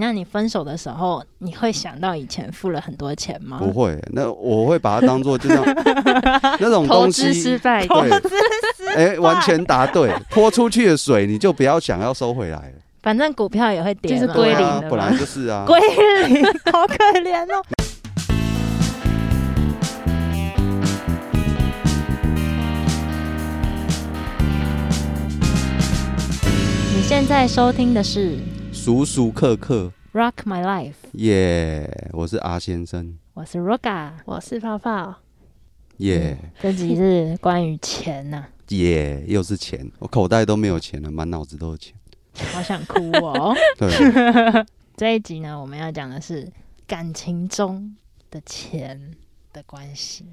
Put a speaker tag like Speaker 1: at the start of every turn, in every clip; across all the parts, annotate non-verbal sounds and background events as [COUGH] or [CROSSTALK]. Speaker 1: 那你分手的时候，你会想到以前付了很多钱
Speaker 2: 啊
Speaker 1: 吗？
Speaker 3: 不会，那我会把它当做就
Speaker 2: [LAUGHS]
Speaker 3: 像那种
Speaker 2: 投
Speaker 3: 东
Speaker 2: 资
Speaker 3: 西，
Speaker 2: 失败的，
Speaker 3: 对，哎、完全答对，泼出去的水你就不要想要收回来了，
Speaker 1: 反正股票也会跌嘛，
Speaker 2: 就是
Speaker 3: 对
Speaker 2: 归
Speaker 3: 啊
Speaker 2: 零了
Speaker 3: 本
Speaker 2: 嘛
Speaker 3: 来就是啊，
Speaker 1: 归零，好可怜哦。你现在收听的是《
Speaker 3: 熟熟客客
Speaker 1: Rock My Life》，
Speaker 3: 耶我是阿先生，
Speaker 1: 我是 Roga，
Speaker 2: 我是泡泡，
Speaker 3: 耶、
Speaker 2: 嗯
Speaker 1: 这集是关于钱啊呐、
Speaker 3: 耶又是钱，我口袋都没有钱了，满脑子都是钱，
Speaker 1: [LAUGHS] 好想哭哦。
Speaker 3: 对，
Speaker 2: [LAUGHS]
Speaker 1: 这一集呢，我们要讲的是感情中的钱的关系。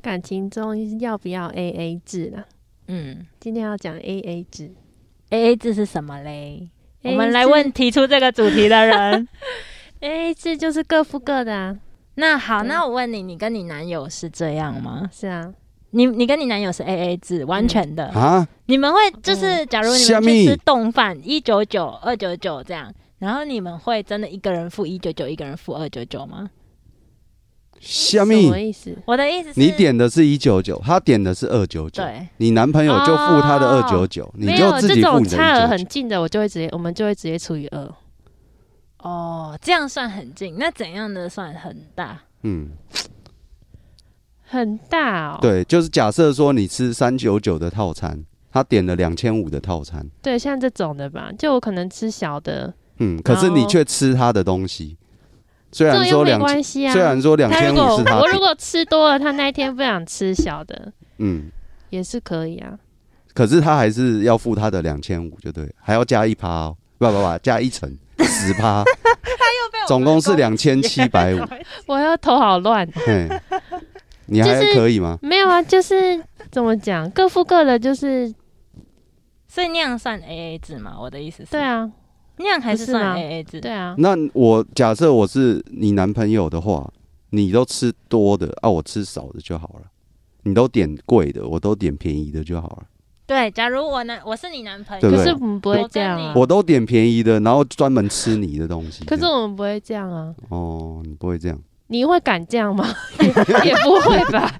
Speaker 2: 感情中要不要 A A 制啦？
Speaker 1: 嗯
Speaker 2: 今天要讲 A A 制，
Speaker 1: ，A A 制是什么嘞？我
Speaker 2: AA
Speaker 1: 们来
Speaker 2: 制
Speaker 1: 问提出这个主题的人。
Speaker 2: A A 制就是各付各的啊，
Speaker 1: [LAUGHS] 那好，
Speaker 2: 对
Speaker 1: 那我问你，你跟你男友是这样吗？
Speaker 2: 是啊，
Speaker 1: 你你跟你男友是 A A 制，完全的。
Speaker 3: 啊，
Speaker 1: 你们会就是，假如你
Speaker 3: 虾
Speaker 1: 们
Speaker 3: 米
Speaker 1: 去吃冻饭，一九九、二九九这样，然后你们会真的一个人付一九九，一个人付二九九吗？
Speaker 3: 虾
Speaker 2: 什
Speaker 3: 米
Speaker 2: 么，意思？
Speaker 1: 我的意思是，
Speaker 3: 你点的是一九九，他点的是二九九，
Speaker 1: 对，
Speaker 3: 你男朋友就付他的
Speaker 2: 哦
Speaker 3: 二九九，你
Speaker 2: 没
Speaker 3: 就
Speaker 2: 有
Speaker 3: 自
Speaker 2: 这
Speaker 3: 己付你
Speaker 2: 种
Speaker 3: 的
Speaker 2: 差额
Speaker 3: 199
Speaker 2: 很近的，我就会直接，我们就会直接除以二。
Speaker 1: 哦，这样算很近，那怎样的算很大？
Speaker 3: 嗯，
Speaker 2: 很大哦，
Speaker 3: 对，就是假设说你吃三九九的套餐，他点了两千五的套餐，
Speaker 2: 对像这种的吧，就我可能吃小的，
Speaker 3: 嗯，可是
Speaker 2: 然后
Speaker 3: 你却吃他的东西，虽
Speaker 2: 这
Speaker 3: 然
Speaker 2: 又
Speaker 3: 说
Speaker 2: 没
Speaker 3: 两千、
Speaker 2: 关系啊。
Speaker 3: 虽然说两
Speaker 2: 他
Speaker 3: 千
Speaker 2: 如果
Speaker 3: 五是他
Speaker 2: 我如
Speaker 3: 点，
Speaker 2: 果吃多了，他那一天不想吃小的，
Speaker 3: 嗯，
Speaker 2: 也是可以啊。
Speaker 3: 可是他还是要付他的两千五，就对了，还要加一趴、哦，不不不，加一层十
Speaker 2: [LAUGHS]
Speaker 3: 趴，总共是两千七百五，
Speaker 2: 我要头好乱，
Speaker 3: 嘿，你还
Speaker 2: 就是
Speaker 3: 可以吗？
Speaker 2: 没有啊，就是怎么讲，各付各的，就是
Speaker 1: 所以那样算 A A 制吗？我的意思是，
Speaker 2: 对，啊，
Speaker 1: 那样还是
Speaker 2: 不是
Speaker 1: 算
Speaker 2: 吗
Speaker 1: A A 制。
Speaker 2: 对啊，
Speaker 3: 那我假设我是你男朋友的话，你都吃多的啊，我吃少的就好了。你都点贵的，我都点便宜的就好了。
Speaker 1: 对，假如我男我是你男朋友，
Speaker 3: 对
Speaker 2: 可
Speaker 3: 不
Speaker 2: 是
Speaker 3: 对
Speaker 2: 我们不会这样啊
Speaker 1: 我跟，
Speaker 3: 我都点便宜的，然后专门吃你的东西。
Speaker 2: 可是
Speaker 3: 这样
Speaker 2: 我们不会这
Speaker 3: [LAUGHS]
Speaker 2: 样啊。
Speaker 3: 哦，你不会这样，
Speaker 2: 你会敢这样吗？也也不会吧。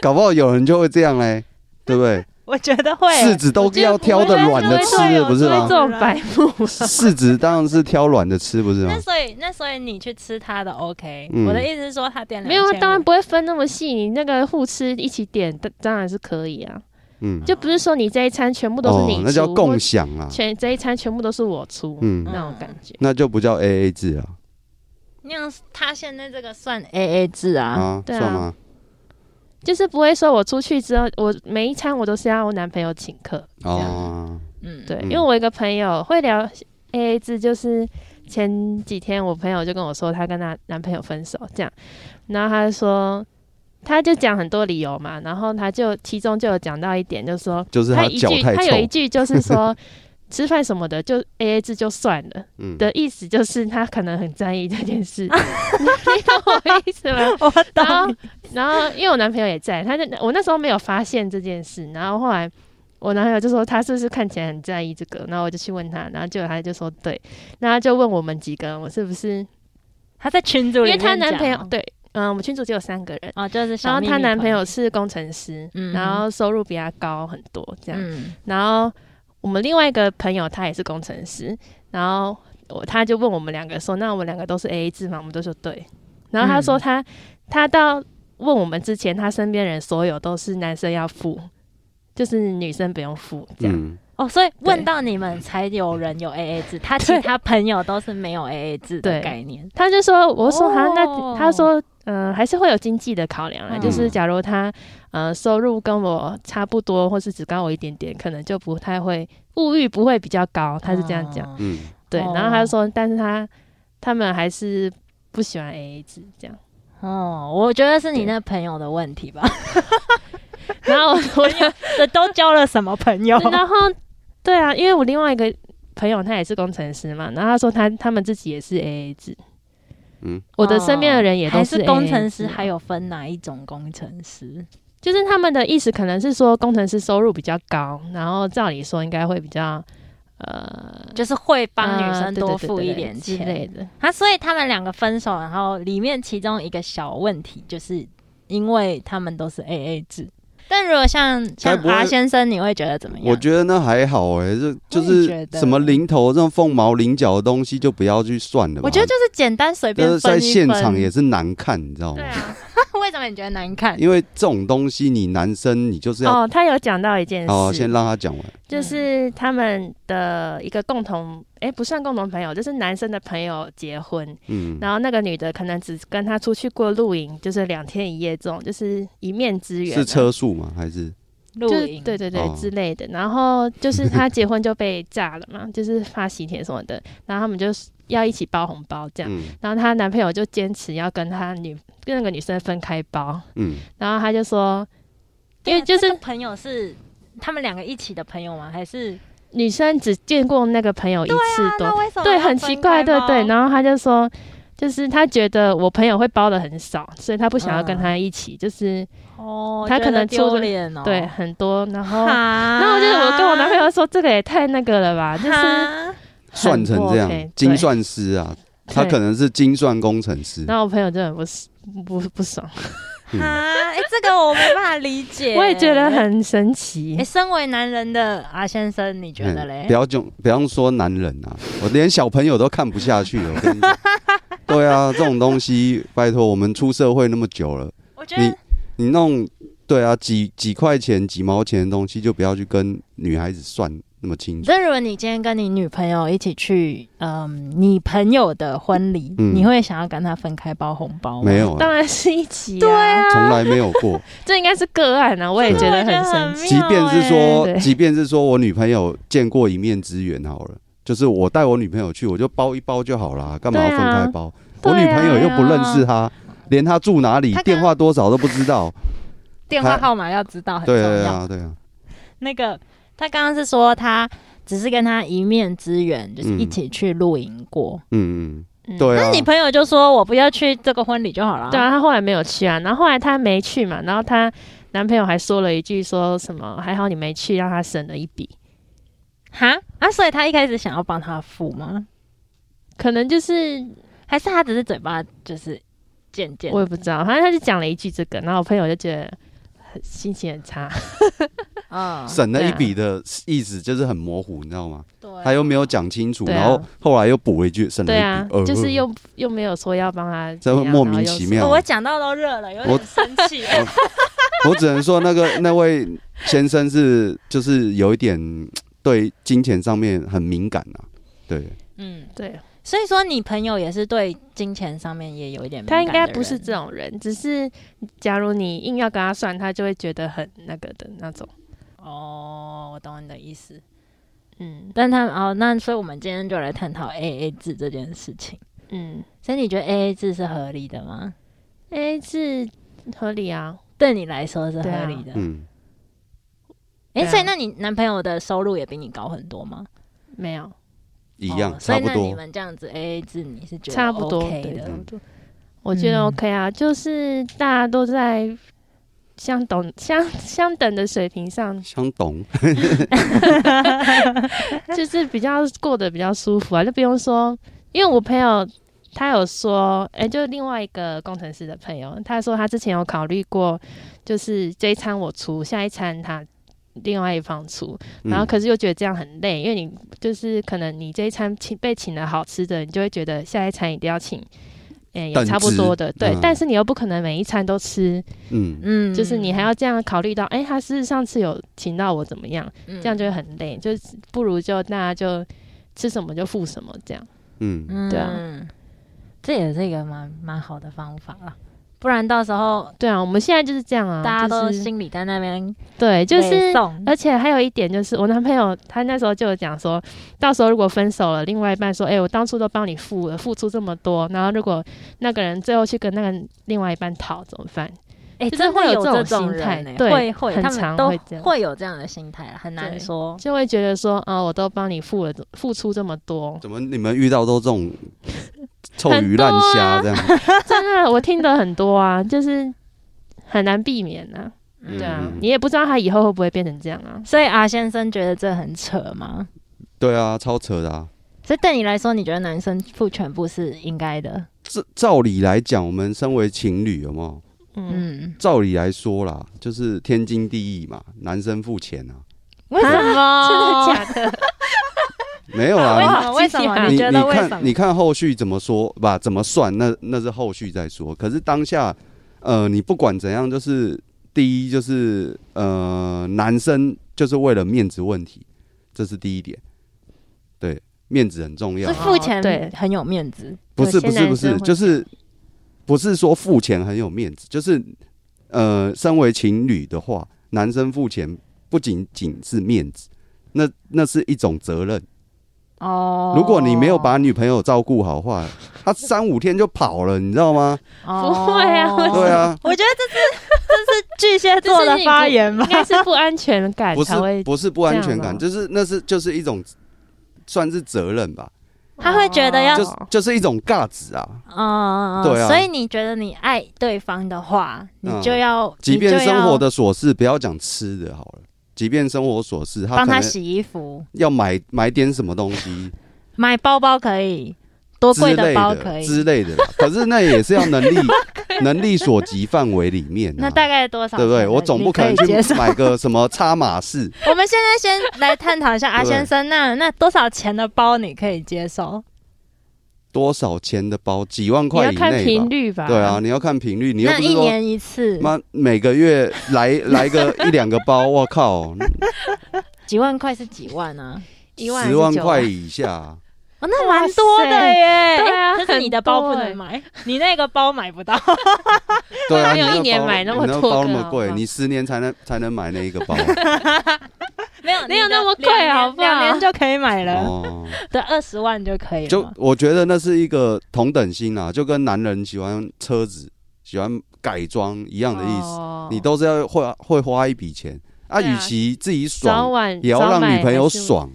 Speaker 3: 搞不好有人就会这样嘞，对不对？
Speaker 1: 我觉得会
Speaker 3: 柿子都要挑的软的吃的，不是
Speaker 2: 会
Speaker 3: 吗
Speaker 2: 这？种白目吗，
Speaker 3: 柿子当然是挑软的吃，不是吗
Speaker 1: 那？所以那所以你去吃他的 OK，、
Speaker 3: 嗯
Speaker 1: 我的意思是说他点了
Speaker 2: 没有，啊，当然不会分那么细。你那个互吃一起点，当当然是可以啊。
Speaker 3: 嗯，
Speaker 2: 就不是说你这一餐全部都是
Speaker 3: 哦
Speaker 2: 你出，，
Speaker 3: 那叫
Speaker 2: 或
Speaker 3: 共享啊，
Speaker 2: 全这一餐全部都是我出，
Speaker 3: 嗯，
Speaker 2: 那种感觉。
Speaker 3: 那就不叫 A A 制啊，
Speaker 1: 那样他现在这个算 AA 制啊，
Speaker 3: 啊，
Speaker 2: 对啊
Speaker 3: 算吗？
Speaker 2: 就是不会说我出去之后，我每一餐我都是要我男朋友请客，
Speaker 3: 哦，
Speaker 1: 嗯，
Speaker 2: 对，
Speaker 3: 嗯
Speaker 2: 因为我一个朋友会聊 A A 制，就是前几天我朋友就跟我说她跟她男朋友分手这样，然后她说。她就讲很多理由嘛，然后她就其中就有讲到一点，就是说
Speaker 3: 就是
Speaker 2: 她
Speaker 3: 他
Speaker 2: 一
Speaker 3: 脚
Speaker 2: 句
Speaker 3: 太
Speaker 2: 她有
Speaker 3: 臭，
Speaker 2: 一句就是说吃饭什么的就 A A 制就算了
Speaker 3: 嗯，
Speaker 2: 的意思，就是她可能很在意这件事，
Speaker 3: [LAUGHS]
Speaker 2: [LAUGHS] 你懂我意思吗？
Speaker 1: 我
Speaker 2: 然后，然后因为我男朋友也在，他就我那时候没有发现这件事，然后后来我男朋友就说他是不是看起来很在意这个，然后我就去问他，然后结果他就说对，然后他就问我们几个人，我是不是
Speaker 1: 他在群组
Speaker 2: 因
Speaker 1: 里
Speaker 2: 为
Speaker 1: 面
Speaker 2: 她
Speaker 1: 讲
Speaker 2: 男朋友
Speaker 1: 哦
Speaker 2: 对，嗯，我们群主只有三个人，
Speaker 1: 哦，就是小
Speaker 2: 然后
Speaker 1: 秘密
Speaker 2: 她男朋
Speaker 1: 团
Speaker 2: 友是工程师，
Speaker 1: 嗯
Speaker 2: 然后收入比他高很多这样，
Speaker 1: 嗯
Speaker 2: 然后我们另外一个朋友他也是工程师，然后我他就问我们两个说，那我们两个都是 A A 制吗？我们都说对。然后他说
Speaker 1: 嗯
Speaker 2: 他、他到问我们之前，他身边人所有都是男生要付，就是女生不用付这样。
Speaker 3: 嗯，
Speaker 1: 哦，所以问到你们才有人有 AA 制，他其
Speaker 2: 对
Speaker 1: 他朋友都是没有 AA 制的
Speaker 2: 对
Speaker 1: 概念，
Speaker 2: 他就说，我说好、
Speaker 1: 哦
Speaker 2: 那他说。嗯、还是会有经济的考量啊，
Speaker 1: 嗯
Speaker 2: 就是假如他呃收入跟我差不多，或是只高我一点点，可能就不太会物欲不会比较高，他是这样讲。
Speaker 1: 哦
Speaker 3: 嗯，
Speaker 2: 对，
Speaker 1: 哦
Speaker 2: 然后他说，但是他他们还是不喜欢 AA 制这样。
Speaker 1: 哦，我觉得是你
Speaker 2: 对
Speaker 1: 那朋友的问题吧， [LAUGHS]
Speaker 2: 然后我我就
Speaker 1: 这都交了什么朋 [LAUGHS] 友？
Speaker 2: 然后对啊，因为我另外一个朋友他也是工程师嘛，然后他说他他们自己也是 AA 制。
Speaker 3: 嗯，
Speaker 2: 我的身边的人也
Speaker 1: 哦还
Speaker 2: 都
Speaker 1: 是工程师，还
Speaker 2: 有
Speaker 1: 有分哪一种工程师？
Speaker 2: 就是他们的意思可能是说工程师收入比较高，然后照理说应该会比较呃，
Speaker 1: 就是会帮女
Speaker 2: 啊
Speaker 1: 生
Speaker 2: 对
Speaker 1: 多
Speaker 2: 对对
Speaker 1: 付
Speaker 2: 对
Speaker 1: 一
Speaker 2: 对
Speaker 1: 点
Speaker 2: 之
Speaker 1: 钱。
Speaker 2: 类的。
Speaker 1: 他所以他们两个分手，然后里面其中一个小问题就是因为他们都是 A A 制。但如果像像
Speaker 3: 该不会
Speaker 1: 阿先生，你会觉得怎么样？
Speaker 3: 我觉得那还好哎、这就
Speaker 1: 我也
Speaker 3: 是
Speaker 1: 觉得
Speaker 3: 什么零头这种凤毛麟角的东西就不要去算了吧。
Speaker 1: 我觉得就是简单随便
Speaker 3: 但
Speaker 1: 分
Speaker 3: 是
Speaker 1: 一分。
Speaker 3: 在现场也是难看，你知道吗
Speaker 2: 对？啊，
Speaker 1: [LAUGHS] 为什么你觉得难看？
Speaker 3: 因为这种东西你男生你就是要
Speaker 2: 哦，他有讲到一件事，
Speaker 3: 哦，先让他讲完。
Speaker 2: 就是
Speaker 1: 嗯
Speaker 2: 他们的一个共同，哎、不算共同朋友，就是男生的朋友结婚，
Speaker 3: 嗯，
Speaker 2: 然后那个女的可能只跟他出去过露营，就是两天一夜这种，就是一面之缘啊，
Speaker 3: 是车速吗？还是
Speaker 1: 露
Speaker 2: 就是
Speaker 1: 营
Speaker 2: 对对对、
Speaker 3: 哦
Speaker 2: 之类的。然后就是他结婚就被炸了
Speaker 3: [LAUGHS]
Speaker 2: 嘛，就是发喜帖什么的，然后他们就是要一起包红包这样。
Speaker 3: 嗯
Speaker 2: 然后她男朋友就坚持要跟她女跟那个女生分开包，
Speaker 3: 嗯，
Speaker 2: 然后他就说，因
Speaker 1: 对啊
Speaker 2: 为就是
Speaker 1: 这个朋友是他们两个一起的朋友吗？还是啊
Speaker 2: 女生只见过那个朋友一次多，
Speaker 1: 那为什么
Speaker 2: 对，
Speaker 1: 要
Speaker 2: 很
Speaker 1: 分
Speaker 2: 奇怪，
Speaker 1: 开
Speaker 2: 对
Speaker 1: 包
Speaker 2: 对。然后他就说，就是他觉得我朋友会包的很少，所以他不想要
Speaker 1: 嗯
Speaker 2: 跟他一起，就是
Speaker 1: 哦，
Speaker 2: 他可能
Speaker 1: 觉得
Speaker 2: 出
Speaker 1: 丢
Speaker 2: 了
Speaker 1: 脸哦，
Speaker 2: 对很多。然后，
Speaker 1: 哈。
Speaker 2: 然
Speaker 1: 然
Speaker 2: 后就是我跟我男朋友说，这个也太那个了吧，就是很
Speaker 3: 算成这
Speaker 2: 不 OK，
Speaker 3: 样，精算师啊，
Speaker 2: 对
Speaker 3: 他
Speaker 2: 对
Speaker 3: 可能是精算工程师。
Speaker 2: 然后我朋友就很不不不爽，
Speaker 3: 嗯
Speaker 1: 哈，哎，这个我没办法理解，
Speaker 2: 我也觉得。很神奇
Speaker 1: 哎，。身为男人的阿先生，你觉得
Speaker 3: 嗯
Speaker 1: 嘞
Speaker 3: 不？要讲，不要说男人啊，我连小朋友都看不下去了。我跟
Speaker 1: [LAUGHS]
Speaker 3: 你讲，对啊，这种东西，拜托，我们出社会那么久了，
Speaker 1: 我觉得
Speaker 3: 你你弄对啊，几几块钱、几毛钱的东西，就不要去跟女孩子算那么清楚。
Speaker 1: 那如果你今天跟你女朋友一起去，嗯，你朋友的婚礼，
Speaker 3: 嗯
Speaker 1: 你会想要跟她分开包红包吗？
Speaker 3: 没，有、
Speaker 2: 当
Speaker 3: 啊，
Speaker 2: 然是一起、啊，
Speaker 1: 对啊，
Speaker 3: 从来没有过。
Speaker 2: 这应该是个案啊，我也
Speaker 3: 对
Speaker 2: 觉得
Speaker 1: 我觉
Speaker 2: 很
Speaker 1: 得
Speaker 2: 神
Speaker 1: 很
Speaker 2: 奇。
Speaker 1: 妙
Speaker 3: 即便是
Speaker 2: 欸
Speaker 3: 说，
Speaker 2: 对
Speaker 3: 即便是说我女朋友见过一面之缘好了，就是我带我女朋友去，我就包一包就好啦，干嘛要
Speaker 2: 对
Speaker 3: 分
Speaker 2: 啊
Speaker 3: 开包？
Speaker 2: 对
Speaker 3: 我女
Speaker 2: 啊
Speaker 3: 朋友又不认识她，连她住哪里
Speaker 1: 她、刚
Speaker 3: 电话多少都不知道。
Speaker 1: 电话号码要知道很重
Speaker 3: 对对
Speaker 1: 要。
Speaker 3: 啊，对啊，
Speaker 1: 那个他刚刚是说他只是跟他一面之缘，就是
Speaker 3: 嗯
Speaker 1: 一起去露营过。
Speaker 3: 嗯
Speaker 2: 嗯
Speaker 3: 嗯，对
Speaker 1: 那
Speaker 3: 啊。
Speaker 1: 你朋友就说我不要去这个婚礼就好了。
Speaker 2: 对啊，她后来没有去啊，然后后来她没去嘛，然后她男朋友还说了一句说什么还好你没去，让她省了一笔，
Speaker 1: 哈啊，所以他一开始想要帮他付吗？
Speaker 2: 可能就是
Speaker 1: 还是他只是嘴巴就是贱贱
Speaker 2: 我？也不知道，反正她就讲了一句这个，然后我朋友就觉得很心情很差，
Speaker 1: 嗯，
Speaker 3: 省了
Speaker 2: 对
Speaker 3: 一
Speaker 2: 啊
Speaker 3: 笔的意思就是很模糊，你知道吗？
Speaker 1: 对
Speaker 3: 他又没有讲清楚，
Speaker 2: 对啊
Speaker 3: 然后后来又补了一句省了
Speaker 2: 对
Speaker 3: 一
Speaker 2: 啊
Speaker 3: 笔，呃，
Speaker 2: 就是又又没有说要帮她怎
Speaker 3: 这
Speaker 2: 样，
Speaker 3: 会莫名
Speaker 2: 然后又
Speaker 3: 其
Speaker 2: 说
Speaker 3: 妙
Speaker 1: 我。讲到都热了，有点生气。
Speaker 3: [LAUGHS]
Speaker 1: [LAUGHS]
Speaker 3: 我只能说那个 [LAUGHS] 那位先生是就是有一点对金钱上面很敏感啊，对。
Speaker 1: 嗯，
Speaker 2: 对
Speaker 1: 所以说你朋友也是对金钱上面也有一点敏
Speaker 2: 她
Speaker 1: 感
Speaker 2: 应
Speaker 1: 的人，
Speaker 2: 该不是这种人，只是假如你硬要跟她算，她就会觉得很那个的那种，
Speaker 1: 哦，我懂你的意思。
Speaker 2: 嗯
Speaker 1: 但他们哦，那所以我们今天就来探讨 A A 制这件事情。
Speaker 2: 嗯
Speaker 1: 所以你觉得 A A 制是合理的吗？
Speaker 2: ，A 是合理啊，
Speaker 1: 对你来说是合理的。
Speaker 3: 嗯，
Speaker 1: 哎、
Speaker 2: 对啊
Speaker 1: 所以那你男朋友的收入也比你高很多吗？
Speaker 2: 没有。
Speaker 3: 一样，
Speaker 1: 哦所
Speaker 3: 差
Speaker 1: 以
Speaker 3: 不
Speaker 1: 那你
Speaker 3: 多。
Speaker 1: 们这样子 A A 制，你是觉得
Speaker 2: 差不多
Speaker 1: OK
Speaker 2: 对
Speaker 1: 的
Speaker 2: 差
Speaker 3: 嗯
Speaker 2: 不多。我觉得
Speaker 1: 嗯
Speaker 2: OK 啊，就是大家都在相等相相等的水平上，
Speaker 3: 相懂，
Speaker 2: 就是比较过得比较舒服啊，就不用说，因为我朋友。他有说，哎、就另外一个工程师的朋友，他说他之前有考虑过，就是这一餐我出，下一餐他另外一方出，然后
Speaker 3: 嗯
Speaker 2: 可是又觉得这样很累，因为你就是可能你这一餐请被请了好吃的，你就会觉得下一餐一定要请，嗯、也
Speaker 3: 等
Speaker 2: 差不
Speaker 3: 值
Speaker 2: 多的，对。
Speaker 3: 嗯
Speaker 2: 但是你又不可能每一餐都吃，
Speaker 3: 嗯，
Speaker 1: 嗯
Speaker 2: 就是你还要这样考虑到，哎、他事实上次有请到我怎么样，
Speaker 1: 这
Speaker 2: 这样就会很累，就是不如就大家就吃什么就付什么这样。
Speaker 3: 嗯，
Speaker 1: 嗯
Speaker 2: 对啊
Speaker 1: 嗯这也是一个蛮蛮好的方法啊。不然到时候
Speaker 2: 对啊，我们现在就是这样啊，
Speaker 1: 大家都
Speaker 2: 就是、
Speaker 1: 心里在那边
Speaker 2: 对，就是呃
Speaker 1: 背。诵
Speaker 2: 而且还有一点就是，我男朋友他那时候就有讲说，到时候如果分手了，另外一半说：“哎、我当初都帮你付了，付出这么多，然后如果那个人最后去跟那个另外一半讨怎么办
Speaker 1: 哎、
Speaker 2: 就是
Speaker 1: 真的
Speaker 2: 会有
Speaker 1: 有
Speaker 2: 这种
Speaker 1: 种
Speaker 2: 心
Speaker 1: 人
Speaker 2: 态
Speaker 1: 欸
Speaker 2: 对
Speaker 1: 会会，
Speaker 2: 很
Speaker 1: 他们
Speaker 2: 常
Speaker 1: 都
Speaker 2: 会这样
Speaker 1: 会有这样的心态啦，啊很难
Speaker 2: 对
Speaker 1: 说？”。
Speaker 2: 就会觉得说：“啊、我都帮你付了，付出这么多，
Speaker 3: 怎么你们遇到都这种臭
Speaker 2: 很
Speaker 3: 鱼
Speaker 2: 多
Speaker 3: 烂
Speaker 2: 啊
Speaker 3: 虾
Speaker 2: [LAUGHS]
Speaker 3: 这样？
Speaker 2: 真的，我听得很多啊，就是很难避免呐、
Speaker 3: 嗯
Speaker 2: 对啊，
Speaker 3: 嗯
Speaker 2: 你也不知道他以后会不会变成这样啊。
Speaker 1: 所以阿先生觉得这很扯吗？
Speaker 3: 对啊，超扯的啊！
Speaker 1: 所以对你来说，你觉得男生付全部是应该的？
Speaker 3: 这照理来讲，我们身为情侣，有没有？
Speaker 2: 嗯，
Speaker 1: 嗯，
Speaker 3: 照理来说啦，就是天经地义嘛，男生付钱啊，
Speaker 1: 为什么？
Speaker 2: 真的假的？
Speaker 3: 没有
Speaker 2: [LAUGHS]
Speaker 1: 为什
Speaker 3: 啦。
Speaker 1: 么？啊为什么？
Speaker 3: 你
Speaker 1: 你
Speaker 3: 你
Speaker 1: 觉得为什么
Speaker 3: 看？你看后续怎么说吧，怎么算那那是后续再说。可是当下，呃，你不管怎样，就是第一就是呃，男生就是为了面子问题，这是第一点。对，面子很重要
Speaker 1: 是
Speaker 3: 啊。
Speaker 1: 付钱
Speaker 2: 哦对
Speaker 1: 很有面子，
Speaker 3: 不
Speaker 2: 有
Speaker 3: 是
Speaker 2: 些
Speaker 3: 不是
Speaker 2: 男
Speaker 3: 不
Speaker 2: 生
Speaker 3: 是，
Speaker 2: 会
Speaker 3: 就是不是说付钱很有面子，就是呃，身为情侣的话，男生付钱不仅仅是面子，那那是一种责任。
Speaker 1: 哦。
Speaker 3: 如果你没有把女朋友照顾好
Speaker 1: [LAUGHS]
Speaker 3: 的话，她三五天就跑了，你知道吗？
Speaker 1: 哦，
Speaker 2: 不会啊为什么
Speaker 3: 对啊，
Speaker 1: 我觉得这是这是巨蟹座的发言吧
Speaker 2: 应？该
Speaker 1: [LAUGHS]
Speaker 2: 是不安全感
Speaker 3: 不
Speaker 2: 才
Speaker 3: 是
Speaker 2: 会，
Speaker 3: 不是不安全
Speaker 2: 这样
Speaker 3: 感，
Speaker 2: 吗
Speaker 1: 哦
Speaker 3: 就是那是就是一种算是责任吧，
Speaker 1: 他会觉得
Speaker 2: 哦
Speaker 1: 要
Speaker 3: 就是就是一种尬子啊。
Speaker 1: 嗯，
Speaker 3: 对啊
Speaker 1: 所以你觉得你爱对方的话，你
Speaker 3: 嗯
Speaker 1: 就要，
Speaker 3: 即便
Speaker 1: 你就要
Speaker 3: 生活的琐事，不要讲吃的好了，即便生活琐事，他
Speaker 1: 帮
Speaker 3: 可
Speaker 1: 他
Speaker 3: 能
Speaker 1: 洗衣服、
Speaker 3: 要买买点什么东
Speaker 1: [LAUGHS]
Speaker 3: 西，
Speaker 1: 买包包可以，多
Speaker 3: 之
Speaker 1: 贵
Speaker 3: 类的
Speaker 1: 包可以，
Speaker 3: 之类的啦，可是那也是要能
Speaker 1: [LAUGHS]
Speaker 3: 力能力所及范围里面、啊，
Speaker 1: 那大概多少？啊
Speaker 3: 对不对？我总不可能
Speaker 1: 你以接 [LAUGHS]
Speaker 3: 去
Speaker 1: 受
Speaker 3: 买个什么 [LAUGHS] 插马式，
Speaker 1: 我们现在先来探讨一下阿
Speaker 3: 对
Speaker 1: 先 [LAUGHS] 生，那那多少钱的包你可以接受？
Speaker 3: 多少钱的包，几万
Speaker 2: 你
Speaker 3: 块
Speaker 2: 要
Speaker 3: 以
Speaker 2: 看
Speaker 3: 内
Speaker 2: 频
Speaker 3: 吧。
Speaker 2: 率吧？
Speaker 3: 对啊，，你要看频率，你又
Speaker 1: 那
Speaker 3: 不是
Speaker 1: 一
Speaker 3: 说
Speaker 1: 年一次，
Speaker 3: 妈每个月
Speaker 2: [LAUGHS]
Speaker 3: 来来个一两个包，我靠，
Speaker 1: 几万块是几万啊？
Speaker 2: 一万还
Speaker 3: 十
Speaker 2: 是
Speaker 3: 万
Speaker 2: 九
Speaker 3: 块以下，
Speaker 1: 哦，那蛮多的耶。哎
Speaker 2: 对啊欸
Speaker 1: 可是你的包不能买，你那个包买不到。
Speaker 3: 对啊，
Speaker 2: 哪
Speaker 3: 你
Speaker 2: 有
Speaker 3: 那
Speaker 2: 一年
Speaker 3: 包
Speaker 2: 买那
Speaker 3: 你
Speaker 2: 么
Speaker 3: 那
Speaker 2: 多
Speaker 3: 包
Speaker 2: 个
Speaker 3: 那么
Speaker 2: 好
Speaker 3: 贵，
Speaker 2: 吗
Speaker 3: 你十年才能才能买那一个
Speaker 2: [LAUGHS]
Speaker 3: 包
Speaker 1: [LAUGHS] 没有
Speaker 2: 没有
Speaker 1: 你的
Speaker 2: 那么贵
Speaker 1: 两年
Speaker 2: 好不好
Speaker 1: 两年就可以买
Speaker 2: 啊
Speaker 1: 了，
Speaker 3: 哦。
Speaker 1: 对，二十万就可以了
Speaker 3: 就
Speaker 1: 嘛。
Speaker 3: 我觉得那是一个同等心啊，就跟男人喜欢车子、喜欢改装一样的意思，
Speaker 2: 思
Speaker 3: 你都是要会会花一笔钱啊，
Speaker 2: 哦对啊
Speaker 3: 与其自己
Speaker 2: 早
Speaker 3: 爽，
Speaker 2: 晚
Speaker 3: 也要
Speaker 2: 早
Speaker 3: 让
Speaker 2: 买
Speaker 3: 女朋友
Speaker 2: 嗯还是
Speaker 3: 爽，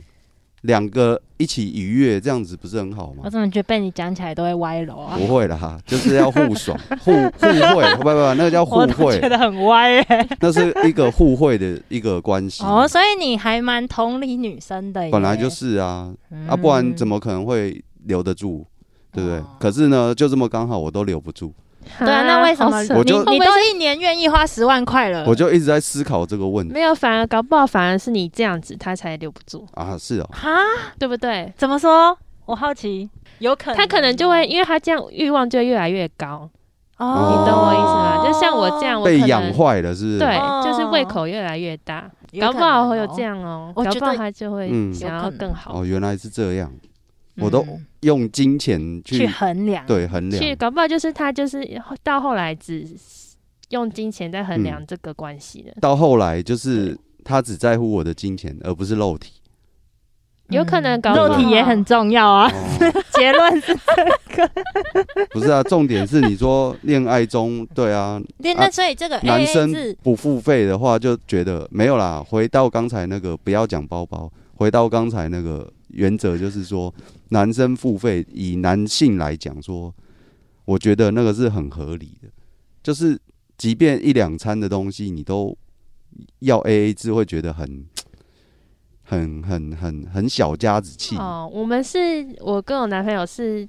Speaker 3: 两个一起愉悦，这样子不是很好吗
Speaker 1: 我？怎么觉得被你讲起来都会歪楼啊？
Speaker 3: 不会啦，就是要互爽、互互惠，不不，不那个叫互
Speaker 1: 我都觉
Speaker 3: 惠，
Speaker 1: 得很歪
Speaker 3: [LAUGHS]
Speaker 1: 耶。
Speaker 3: 那是一个互惠的一个关系。
Speaker 1: 哦，所以你还蛮同理女生的耶，嗯
Speaker 3: 本来就是啊，啊，不然怎么可能会留得住？对不对
Speaker 1: 哦？
Speaker 3: 可是呢，就这么刚好我都留不住，
Speaker 1: 嗯？对啊，那为什么
Speaker 2: 好扯
Speaker 3: 我就
Speaker 1: 你你都一年愿意花十万块了？
Speaker 3: 我就一直在思考这个问题。
Speaker 2: 没有？反而搞不好，反而是你这样子，他才留不住，
Speaker 3: 啊，是哦，
Speaker 1: 哈，
Speaker 2: 对不对？
Speaker 1: 怎么说？我好奇，有可能
Speaker 2: 他可能就会，因为他这样欲望就会越来越高，
Speaker 1: 哦，
Speaker 2: 你懂我意思吗？就像我这样，我
Speaker 3: 被
Speaker 2: 可
Speaker 3: 养
Speaker 2: 能
Speaker 3: 坏了，是不是？
Speaker 2: 对，
Speaker 1: 哦
Speaker 2: 就是胃口越来越大，
Speaker 1: 有
Speaker 2: 搞
Speaker 1: 可能哦，
Speaker 2: 不好会有这样哦，
Speaker 1: 我
Speaker 2: 搞
Speaker 1: 觉
Speaker 2: 不好
Speaker 1: 得
Speaker 2: 他就
Speaker 3: 嗯
Speaker 2: 会想要更好，
Speaker 3: 哦，原来是这样，
Speaker 1: 嗯，
Speaker 3: 我都用金钱
Speaker 1: 去
Speaker 3: 去
Speaker 1: 衡量，
Speaker 3: 对衡
Speaker 2: 去
Speaker 3: 量，
Speaker 2: 搞不好就是他就是到后来只用金钱在衡量这个关系的，
Speaker 3: 到后来就是他只在乎我的金钱，而不是肉体。
Speaker 2: 有可能搞不好
Speaker 1: 嗯肉体也很重要啊。
Speaker 3: 哦，
Speaker 1: [LAUGHS] 结论是，
Speaker 3: 不是啊，重点是你说恋爱中，对啊，
Speaker 1: 那那所以这个 A
Speaker 3: 男
Speaker 1: A
Speaker 3: 生
Speaker 1: 制，
Speaker 3: 不付费的话，就觉得没有啦。回到刚才那个，不要讲包包，回到刚才那个原则，就是说男生付费，以男性来讲说，我觉得那个是很合理的，就是即便一两餐的东西，你都要 A A 制，会觉得很。很很很很小家子气，
Speaker 2: 哦，我们是我跟我男朋友是，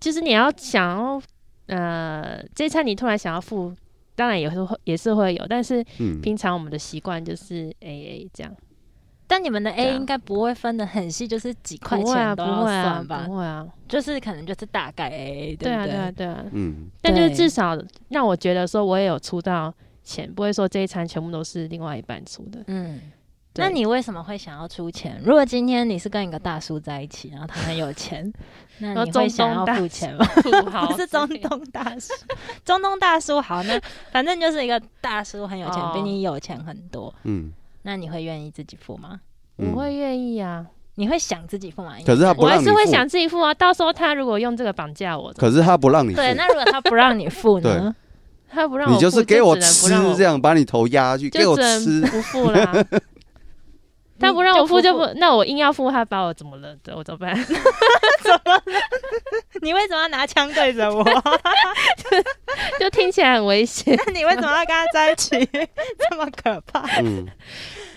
Speaker 2: 就是你要想要呃，这一餐你突然想要付，当然也是会也是会有，但是
Speaker 3: 嗯，
Speaker 2: 平常我们的习惯就是哎 A A 这样，
Speaker 1: 但你们的 A
Speaker 3: 啊
Speaker 2: 样
Speaker 1: 应该不会分的很细，就是几块
Speaker 2: 不会啊，
Speaker 1: 钱
Speaker 2: 不
Speaker 1: 都要
Speaker 2: 会啊
Speaker 1: 算，吧？
Speaker 2: 不会啊，
Speaker 1: 就是可能就是大概 A A，
Speaker 2: 对
Speaker 1: 不
Speaker 2: 啊，对啊，对啊，
Speaker 3: 嗯，
Speaker 2: 但就是
Speaker 1: 对
Speaker 2: 至少让我觉得说我也有出
Speaker 1: 嗯
Speaker 2: [LAUGHS] 到钱，不会说这一餐全部都是另外一半出的。
Speaker 1: 嗯。
Speaker 2: 对
Speaker 1: 那你为什么会想要出钱？如果今天你是跟一个大叔在一起，然后他很有钱， [LAUGHS] 那
Speaker 2: 然
Speaker 1: 你
Speaker 2: 后
Speaker 1: 会
Speaker 2: 中
Speaker 1: 想
Speaker 2: 东
Speaker 1: 要
Speaker 2: 大
Speaker 1: 付
Speaker 2: 叔
Speaker 1: 钱吗？
Speaker 2: 好
Speaker 1: [LAUGHS] 不 [LAUGHS] 是哦中东大叔，中东大叔好，那反正就是一个大叔很有钱，
Speaker 2: 哦
Speaker 1: 比你有钱很多，
Speaker 3: 嗯
Speaker 1: 那你会愿意自己付吗？
Speaker 3: 嗯
Speaker 2: 我会愿意啊，
Speaker 1: 你会想自己付吗？
Speaker 3: 可是他不
Speaker 2: 我还
Speaker 3: 让你
Speaker 2: 是
Speaker 3: 付
Speaker 2: 会想自己付啊。到时候他如果用这个绑架我，
Speaker 3: 可是他不让你付，
Speaker 1: 对，那如果他不让你付呢？
Speaker 2: 他不让我
Speaker 3: 你
Speaker 2: 付，
Speaker 3: 就是给我
Speaker 2: 只能
Speaker 3: 吃
Speaker 2: 不让我
Speaker 3: 这样，把你头压下去，给
Speaker 2: 就
Speaker 3: 我
Speaker 2: 只
Speaker 3: 吃
Speaker 2: [LAUGHS] 能，不付啦。
Speaker 3: [LAUGHS]
Speaker 2: 他不让我付就不，那我硬要付，他把我怎么了？我怎么办？ [LAUGHS]
Speaker 1: [LAUGHS] 你为什么要拿枪对着我？
Speaker 2: 就听起来很
Speaker 1: [LAUGHS]
Speaker 2: 危险。
Speaker 4: 那你为什么要跟他在一起？这么可怕？
Speaker 3: 嗯，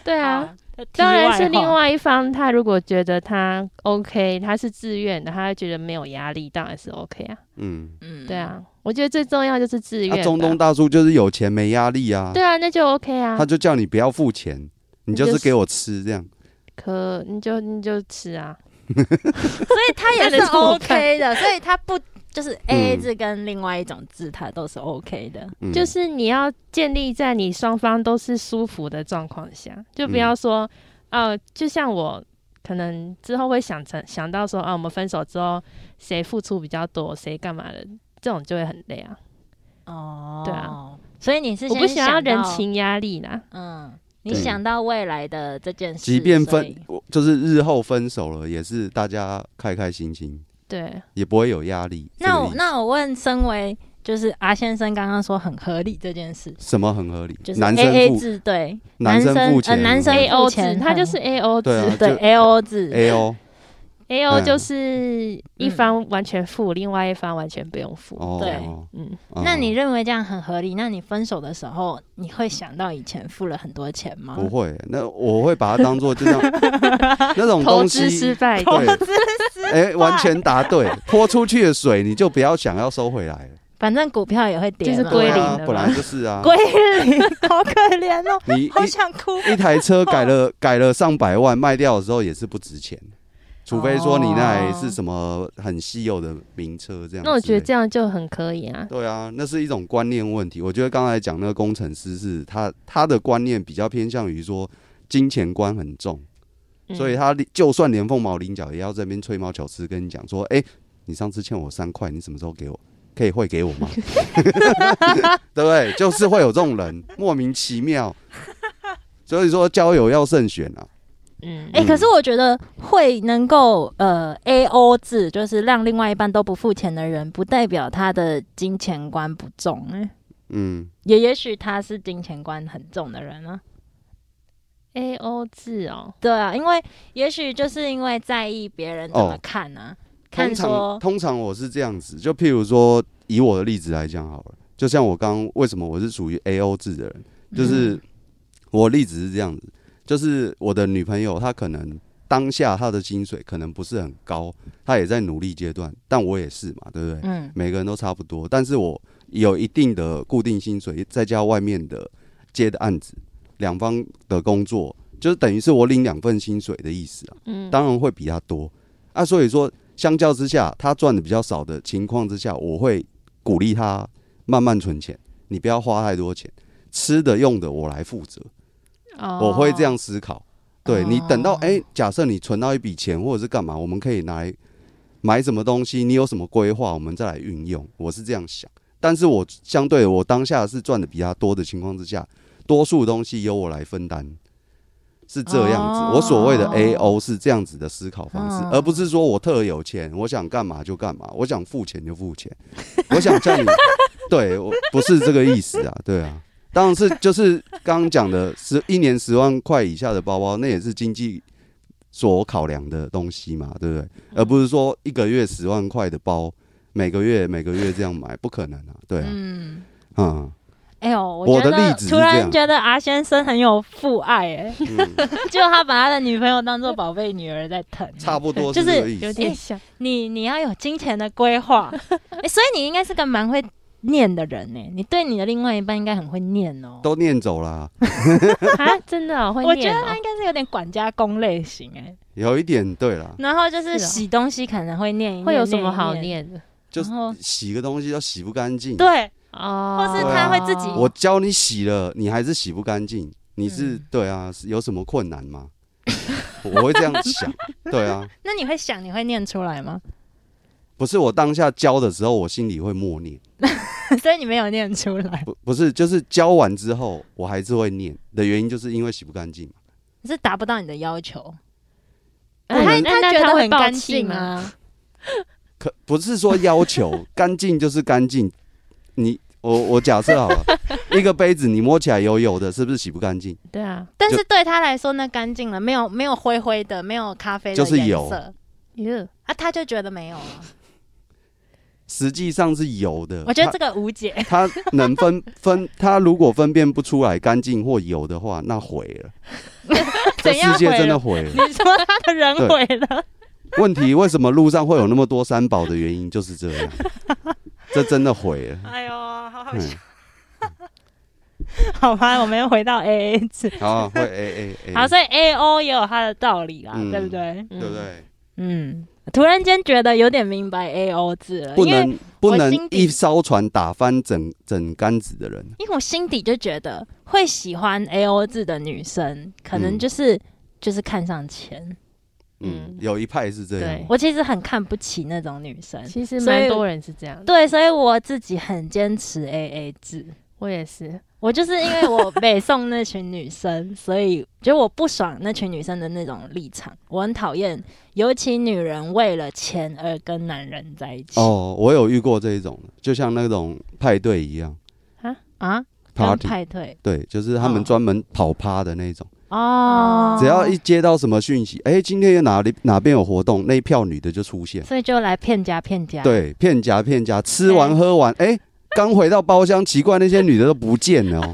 Speaker 2: 对啊，
Speaker 1: 好，这题
Speaker 2: 当然
Speaker 1: 外
Speaker 2: 是另
Speaker 1: 话
Speaker 2: 外一方，他如果觉得他 OK，他是自愿的，他觉得没有压力，当然是 OK 啊。
Speaker 3: 嗯，
Speaker 1: 嗯
Speaker 2: 对，啊，我觉得最重要就是自愿
Speaker 3: 那、
Speaker 2: 吧。
Speaker 3: 中东大叔就是有钱没压力啊，
Speaker 2: 对啊，那就 OK 啊
Speaker 3: 他。就叫你不要付钱，你就
Speaker 2: 就是是
Speaker 3: 给我吃这样。
Speaker 2: 可你就你就吃啊，
Speaker 1: 所以他也
Speaker 2: 那
Speaker 1: 是
Speaker 2: 你怎么看
Speaker 1: OK 的，所以他不就是 A A 制跟另外一种制，他都是 OK 的。
Speaker 3: 嗯、
Speaker 2: 就是你要建立在你双方都是舒服的状况下，就不
Speaker 3: 嗯
Speaker 2: 要说哦、就像我可能之后会想成想到说啊，我们分手之后谁付出比较多，谁干嘛的，这种就会很累啊。
Speaker 1: 哦，
Speaker 2: 对啊，
Speaker 1: 所以你是
Speaker 2: 我不
Speaker 1: 先
Speaker 2: 想要人
Speaker 1: 到，
Speaker 2: 情压力啦，
Speaker 1: 嗯，你
Speaker 3: 对
Speaker 1: 想到未来的这件事，
Speaker 3: 即便
Speaker 1: 所
Speaker 3: 分
Speaker 1: 以，
Speaker 3: 我就是日后分手了，也是大家开开心心，
Speaker 2: 对，
Speaker 3: 也不会有压力。
Speaker 1: 那我
Speaker 3: 这个意思
Speaker 1: 那我问，身为就是阿先生刚刚说很合理这件事，
Speaker 3: 什么很合理？
Speaker 1: 就是
Speaker 3: 男
Speaker 1: A
Speaker 3: 生
Speaker 1: A
Speaker 3: 付
Speaker 1: 制，对，
Speaker 3: 男生
Speaker 1: 男生
Speaker 3: 付钱
Speaker 1: 呃男生
Speaker 2: A
Speaker 1: 对
Speaker 2: O
Speaker 1: [LAUGHS] 付
Speaker 2: 制
Speaker 1: 钱，
Speaker 2: 它就
Speaker 1: 很
Speaker 2: 是 A O 制
Speaker 3: 对啊
Speaker 1: 对
Speaker 3: 就
Speaker 1: A O 制，
Speaker 3: A O
Speaker 2: ，A O
Speaker 3: 嗯
Speaker 2: 就是一
Speaker 1: 嗯
Speaker 2: 方完全付，另外一方完全不用付。
Speaker 3: 哦，
Speaker 1: 对
Speaker 3: 哦
Speaker 2: 嗯，
Speaker 1: 那
Speaker 3: 哦
Speaker 1: 你认为这样很合理？那你分手的时候，你会想到以前付了很多钱
Speaker 2: 啊
Speaker 1: 吗？
Speaker 3: 不会？那我会把它当做
Speaker 2: [LAUGHS]
Speaker 3: 就像那种
Speaker 2: 投
Speaker 3: 东
Speaker 2: 资失
Speaker 3: 西，
Speaker 1: [LAUGHS]
Speaker 2: 败，
Speaker 3: 对，啊哎，完全答对，泼出去的水你就不要想要收回来了，
Speaker 1: 反正股票也会跌嘛，
Speaker 2: 就是归
Speaker 3: 对
Speaker 2: 零
Speaker 3: 啊
Speaker 2: 了，嘛
Speaker 3: 本来就是啊，
Speaker 1: 归 [LAUGHS]
Speaker 4: 零，好可怜哦，
Speaker 3: 你
Speaker 4: 好
Speaker 3: 一
Speaker 4: 想哭。
Speaker 3: 一台车改了改了上百万，卖掉的时候也是不值钱。除非说你那台是什么很稀有的名车这样之类的，
Speaker 2: 哦那我觉得这样就很可以啊。
Speaker 3: 对啊，那是一种观念问题。我觉得刚才讲那个工程师是他他的观念比较偏向于说金钱观很重，
Speaker 2: 嗯
Speaker 3: 所以他就算连凤毛麟角也要这边吹毛求疵跟你讲说，哎、你上次欠我三块，你什么时候给我？可以汇给我吗？ [LAUGHS] 对不对？就是会有这种人莫名其妙，所以说交友要慎选啊。
Speaker 2: 嗯，
Speaker 1: 哎、
Speaker 3: 嗯
Speaker 1: 可是我觉得会能够呃 A O 制，就是让另外一半都不付钱的人，不代表他的金钱观不重、欸，
Speaker 3: 嗯，
Speaker 1: 也也许他是金钱观很重的人啊。
Speaker 2: A O 制哦，
Speaker 1: 对啊，因为也许就是因为在意别人怎么看啊，看
Speaker 3: 哦通
Speaker 1: 说
Speaker 3: 常通常我是这样子，就譬如说以我的例子来讲好了，就像我刚为什么我是属于 A O 制的人，
Speaker 1: 嗯
Speaker 3: 就是我例子是这样子，就是我的女朋友她可能当下她的薪水可能不是很高，她也在努力阶段，但我也是嘛，对不对？
Speaker 1: 嗯
Speaker 3: 每个人都差不多，但是我有一定的固定薪水，再加外面的接的案子，两方的工作，就是等于是我领两份薪水的意思啊。
Speaker 2: 嗯，
Speaker 3: 当然会比他多啊。所以说，相较之下，他赚的比较少的情况之下，我会鼓励他慢慢存钱，你不要花太多钱，吃的用的我来负责，
Speaker 2: 哦
Speaker 3: 我会这
Speaker 2: 样，
Speaker 3: 样思考。对你等到哎、假设你存到一笔钱或者是干嘛，我们可以拿来买什么东西，你有什么规划，我们再来运用。我是这样想，但是我相对的我当下是赚的比他多的情况之下，多数东西由我来分担，是这样子。
Speaker 1: 哦
Speaker 3: 我所谓的 A O 是这样子的思考方式，
Speaker 1: 嗯
Speaker 3: 而不是说我特有钱，我想干嘛就干嘛，我想付钱就付钱，我想叫你，对我不是这个意思啊，对啊。当然是就是刚刚讲的十一年十万块以下的包包，那也是经济所考量的东西嘛，对不对？而不是说一个月十万块的包，每个月每个月这样买，不可能啊，对啊，
Speaker 1: 嗯，
Speaker 3: 嗯，
Speaker 1: 哎呦，我
Speaker 3: 我
Speaker 1: 觉得
Speaker 3: 的例子是
Speaker 1: 突
Speaker 3: 这
Speaker 1: 然
Speaker 3: 样
Speaker 1: 觉得阿先生很有父爱、欸，
Speaker 3: 嗯
Speaker 1: [LAUGHS] 就他把他的女朋友当做宝贝女儿在疼、
Speaker 3: 差不多
Speaker 1: 就是是
Speaker 3: 这个意
Speaker 2: 有
Speaker 3: 思。
Speaker 2: 点像，
Speaker 1: 你你要有金钱的规
Speaker 3: [LAUGHS]
Speaker 1: 划、欸，所以你应该是个蛮会念的人呢、你对你的另外一半应该很会念哦、
Speaker 3: 都念走啦，
Speaker 2: 啊，
Speaker 1: [LAUGHS]
Speaker 2: 真的哦会
Speaker 1: 我觉
Speaker 2: 念
Speaker 1: 得
Speaker 2: 哦
Speaker 1: 他应该是有点管家公类型哎、
Speaker 3: 有一点对啦，
Speaker 1: 然后就是
Speaker 2: 是
Speaker 3: 啊
Speaker 2: 哦
Speaker 1: 洗东西可能会念一念，
Speaker 2: 会有什么好
Speaker 1: 一？
Speaker 2: 念的
Speaker 3: 就是
Speaker 1: 然后
Speaker 3: 洗个东西都洗不干净。
Speaker 1: 对，
Speaker 2: 哦？
Speaker 1: 或是
Speaker 3: 他
Speaker 1: 会自己
Speaker 3: 我教你洗了，你还是洗不干净，你是
Speaker 1: 嗯
Speaker 3: 对啊，是有什么困难吗？ [LAUGHS] 我会这样想，对啊，
Speaker 1: 那你会想你会念出来吗？ [LAUGHS]
Speaker 3: 不是我当下教的时候，我心里会默念，
Speaker 1: 所以你没有念出来，
Speaker 3: 不不是，就是教完之后我还是会念的原因，就是因为洗不干净嘛。
Speaker 1: 是达不到你的要求。
Speaker 2: 哎
Speaker 1: 嗯他
Speaker 2: 那那
Speaker 1: 觉得
Speaker 2: 会
Speaker 1: 很
Speaker 2: 爆
Speaker 1: 干
Speaker 2: 气
Speaker 1: 净
Speaker 2: 吗？
Speaker 1: 啊，
Speaker 3: 可不是说要求干净就是干净，你我我假设好了，一个杯子你摸起来油油的，是不是洗不干净？
Speaker 2: 对啊，
Speaker 1: 但是对他来说那干净了，没有没有灰灰的，没有咖啡的
Speaker 3: 就是
Speaker 1: 颜
Speaker 3: 有
Speaker 1: 色
Speaker 2: 耶，
Speaker 1: 啊，他就觉得没有了。
Speaker 3: 实际上是有的。
Speaker 1: 啊我觉得
Speaker 3: 他
Speaker 1: 这个无 [LAUGHS] 解。
Speaker 3: 他能分分，他如果分辨不出来干净或油的话，那毁
Speaker 1: [LAUGHS]
Speaker 3: 了，这
Speaker 1: 怎样
Speaker 3: 世界
Speaker 1: 毁
Speaker 3: 真的
Speaker 1: 了
Speaker 3: 毁
Speaker 1: [LAUGHS]
Speaker 3: 了。
Speaker 1: 你说他的人
Speaker 3: 对
Speaker 1: 毁了，
Speaker 3: 问题为什么路上会有那么多三宝的原因就是这样，这真的毁了。
Speaker 4: 哎呦，好好
Speaker 3: 嗯，
Speaker 1: 好吧，我们又回到 A A 制。
Speaker 3: 好，会哎 A A A，
Speaker 1: 好，所以 A O 也有它的道理啦，
Speaker 3: 嗯
Speaker 1: 对不对？
Speaker 2: 对
Speaker 3: 对不？对？
Speaker 1: 嗯，突然间觉得有点明白 A O 制了，
Speaker 3: 不
Speaker 1: 嗯因为
Speaker 3: 能不能
Speaker 1: 心底
Speaker 3: 一艘船打翻整整竿子的人，
Speaker 1: 因为我心底就觉得会喜欢 A O 制的女生，可能
Speaker 3: 嗯
Speaker 1: 就是、就是看上钱。
Speaker 3: 嗯
Speaker 2: 嗯，
Speaker 3: 有一派是这
Speaker 2: 对
Speaker 3: 样，
Speaker 1: 我其实很看不起那种女生，
Speaker 2: 其实
Speaker 1: 所以
Speaker 2: 蛮多人是这样的，
Speaker 1: 对，所以我自己很坚持 A A 制。
Speaker 2: 我也是。
Speaker 1: 我就是因为我北宋那群女生，所以就我不爽那群女生的那种立场，我很讨厌，尤其女人为了钱而跟男人在一起。
Speaker 3: 哦，我有遇过这一种的，就像那种派对一样
Speaker 1: 啊，跟
Speaker 3: ，party，
Speaker 1: 派对
Speaker 3: 对，就是他
Speaker 1: 哦
Speaker 3: 们专门跑趴的那种，
Speaker 1: 哦，
Speaker 3: 只要一，接到什么讯息，哎，今天有哪里哪边有活动，那一票女的就出现，
Speaker 1: 所以就来骗家骗家。，
Speaker 3: 对，骗夹骗夹，吃
Speaker 1: 哎
Speaker 3: 完喝完，哎，刚回到包厢，奇怪那些女的都不见
Speaker 1: [LAUGHS]
Speaker 3: 了哦，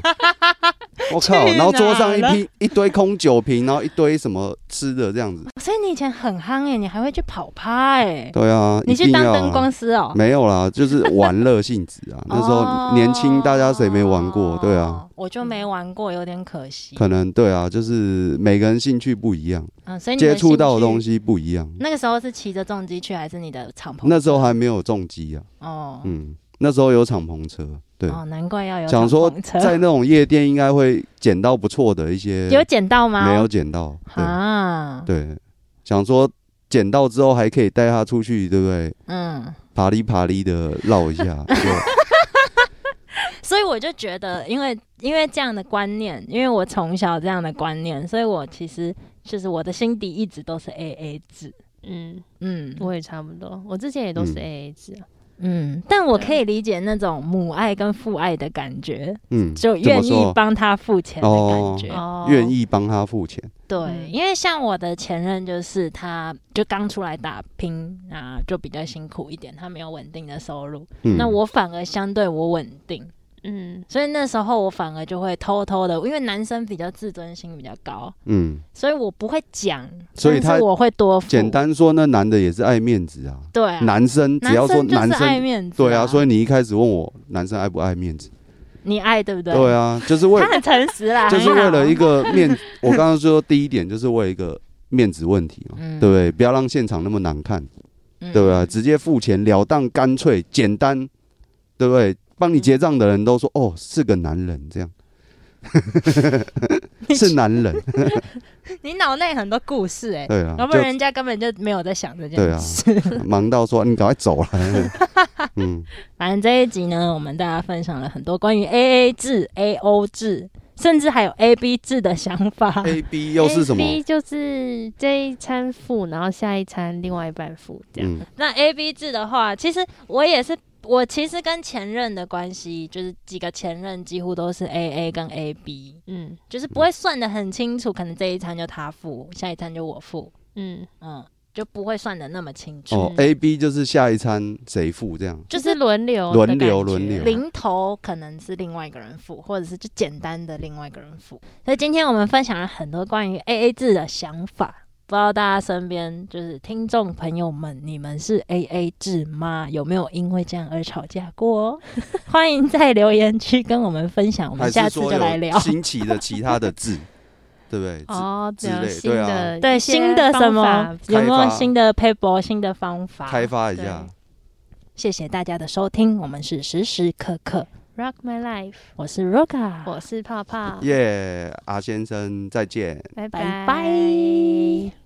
Speaker 3: 我靠，
Speaker 4: 去
Speaker 3: 然后桌上一
Speaker 4: 哪了
Speaker 3: 批一堆空酒瓶，然后一堆什么吃的这样子，
Speaker 1: 所以你以前很夯哎、你还会去跑趴哎、
Speaker 3: 对啊，
Speaker 1: 你
Speaker 3: 一
Speaker 1: 去
Speaker 3: 定
Speaker 1: 当
Speaker 3: 要啊
Speaker 1: 灯光师哦、
Speaker 3: 没有啦，就是玩乐性质
Speaker 1: [LAUGHS]
Speaker 3: 啊。那时候年轻，大家谁没玩过？对啊，
Speaker 1: 哦，我就没玩过，有点可惜。
Speaker 3: 可能对啊，就是每个人兴趣不一样，
Speaker 1: 嗯，所以你
Speaker 3: 接触到的东
Speaker 1: 西，
Speaker 3: 西不一样。
Speaker 1: 那个时候是骑着重机去，还是你的敞篷？
Speaker 3: 那时候还没有重机啊，
Speaker 1: 哦，
Speaker 3: 嗯，那时候有敞篷车，对，
Speaker 1: [LAUGHS] 哦，难怪要有
Speaker 3: 想说
Speaker 1: 敞篷车
Speaker 3: 在那种夜店应该会捡到不错的一些，
Speaker 1: [LAUGHS] 有捡到吗？
Speaker 3: 没有捡到，
Speaker 1: 啊，
Speaker 3: 对对，想说捡到之后还可以带他出去，对不对？
Speaker 1: 嗯，
Speaker 3: 爬哩爬哩的绕一
Speaker 1: [LAUGHS]
Speaker 3: 下，对
Speaker 1: 所以我就觉得，因为因为这样的观念，因为我从小这样的观念，所以我其实就是我的心底一直都是 A A 制，
Speaker 2: 嗯，
Speaker 1: 嗯
Speaker 2: 我也差不多。我之前也都
Speaker 3: 嗯
Speaker 2: 是 AA 制啊，
Speaker 1: 嗯，但我可以理解那种母爱跟父爱的感觉，[LAUGHS]
Speaker 3: 嗯，
Speaker 1: 就
Speaker 3: 这么
Speaker 1: 愿意
Speaker 3: 说
Speaker 1: 帮他付钱的感觉，
Speaker 2: 哦
Speaker 3: 啊愿意帮他付钱。
Speaker 1: 对，
Speaker 2: 嗯
Speaker 1: 因为像我的前任就是他就刚出来打拼啊，就比较辛苦一点，他没有稳定的收入，
Speaker 3: 嗯
Speaker 1: 那我反而相对我稳定。
Speaker 2: 嗯，
Speaker 1: 所以那时候我反而就会偷偷的，因为男生比较自尊心比较高，
Speaker 3: 嗯，
Speaker 1: 所以我不会讲，
Speaker 3: 所以
Speaker 1: 但
Speaker 3: 他
Speaker 1: 是我会多付
Speaker 3: 简单说，那男的也是爱面子啊。
Speaker 1: 对、啊，
Speaker 3: 男生只要说男
Speaker 1: 生就是爱
Speaker 3: 生，
Speaker 1: 面子、
Speaker 3: 对啊，所
Speaker 1: 以
Speaker 3: 以你一开始问我男生爱不爱面子，
Speaker 1: 你爱对不对？
Speaker 3: 对啊，就是为
Speaker 1: 他很诚实啦，
Speaker 3: 就是
Speaker 1: 很好
Speaker 3: 为了一个面，我刚刚说第一点就是为了一个面子问题嘛，
Speaker 1: 嗯
Speaker 3: 对不对？不要让现场那么难看，
Speaker 1: 嗯
Speaker 3: 对不对？直接付钱了当，干脆简单，对不对？帮你结账的人都说哦是个男人
Speaker 1: [LAUGHS]
Speaker 3: 这样，是男人，
Speaker 1: 你脑内很多故事哎、
Speaker 3: 对啊，
Speaker 1: [LAUGHS] 要不然人家根本就没有在想这
Speaker 3: 对
Speaker 1: 件
Speaker 3: 啊
Speaker 1: 事。
Speaker 3: 忙到说你赶
Speaker 1: [LAUGHS]
Speaker 3: 快走了，嗯，
Speaker 1: 反正这一集呢，我们大家分享了很多关于 A A 制、A O 制，甚至还有 A B 制的想法。
Speaker 3: A B 又是什么？
Speaker 2: ？B 就是这一餐付，然后下一餐另外一半付，这样。
Speaker 3: 嗯
Speaker 1: [LAUGHS] 那 A B 制的话，其实我也是，我其实跟前任的关系，就是几个前任几乎都是 A A 跟 A B，
Speaker 2: 嗯
Speaker 1: 就是不会算的很清楚，可能这一餐就他付，下一餐就我付，
Speaker 2: 嗯，
Speaker 1: 嗯，就不会算的那么清楚。
Speaker 3: 哦，A B 就是下一餐谁付这样，
Speaker 2: 就是轮流的
Speaker 3: 轮流
Speaker 2: 感觉
Speaker 3: 轮流
Speaker 1: 零头可能是另外一个人付，或者是就简单的另外一个人付。所以今天我们分享了很多关于 A A 制的想法，不知道大家身边就是听众朋友们，你们是 A A 制吗？有没有因为这样而吵架过 [LAUGHS] 哦？欢迎在留言区跟我们分享，我
Speaker 3: 还
Speaker 1: 们
Speaker 3: 是
Speaker 1: 下次
Speaker 3: 说
Speaker 1: 就
Speaker 3: 有
Speaker 1: 来聊。
Speaker 3: 新奇的其他的字，对
Speaker 1: [LAUGHS]
Speaker 3: 不对？
Speaker 2: 哦，
Speaker 3: 之
Speaker 2: 这样
Speaker 3: 类
Speaker 2: 新
Speaker 3: 对啊
Speaker 2: 的
Speaker 1: 对
Speaker 2: 一些
Speaker 1: 新的什么
Speaker 2: 方法
Speaker 1: 有没有
Speaker 3: 开发
Speaker 1: 新的 paper 新的方法？
Speaker 3: 开发一下，
Speaker 1: 谢谢大家的收听，我们是时时刻刻，
Speaker 2: Rock My Life，
Speaker 1: 我是 Roga，
Speaker 2: 我是泡泡，
Speaker 3: 啊耶，阿先生再见。
Speaker 2: 拜
Speaker 1: 拜
Speaker 2: 拜
Speaker 1: 拜